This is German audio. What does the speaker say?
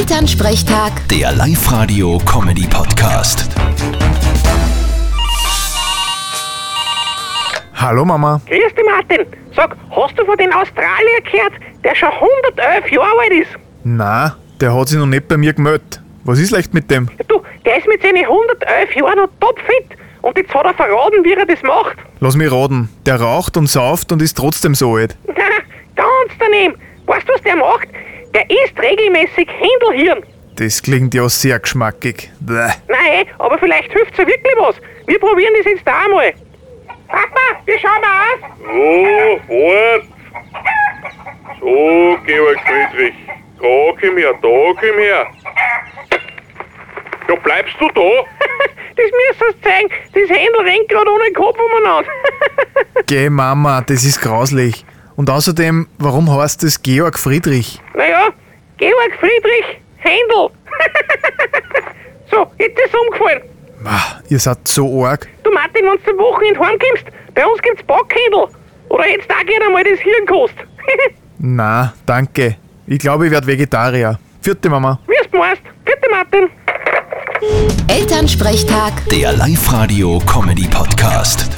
Elternsprechtag, Der Live-Radio-Comedy-Podcast. Hallo Mama. Grüß dich, Martin. Sag, hast du von den Australier gehört, der schon 111 Jahre alt ist? Na, der hat sich noch nicht bei mir gemeldet. Was ist leicht mit dem? Ja, du, der ist mit seinen 111 Jahren noch topfit. Und jetzt hat er verraten, wie er das macht. Lass mich raten. Der raucht und sauft und ist trotzdem so alt. Na, ganz daneben. Weißt du, was der macht? Der isst regelmäßig Händelhirn. Das klingt ja sehr geschmackig. Bäh. Nein, aber vielleicht hilft's ja wirklich was. Wir probieren das jetzt auch mal. Papa, wir schauen mal aus. So, fort. So, Georg Friedrich. Da komm her, da komm her. Ja, bleibst du da? Das müsst ihr zeigen. Das Händel rennt gerade ohne den Kopf umeinander. Geh Mama, das ist grauslich. Und außerdem, warum heißt es Georg Friedrich? Naja, Georg Friedrich Händel. so, jetzt ist es umgefallen. Bah, ihr seid so arg. Du Martin, wenn du zum Wochenende heimkommst, bei uns gibt's Backhändel. Oder jetzt auch gerne mal das Hirnkost. Na, danke. Ich glaube, ich werde Vegetarier. Vierte Mama. Wie es meinst. Bitte Martin. Elternsprechtag. Der Live-Radio-Comedy-Podcast.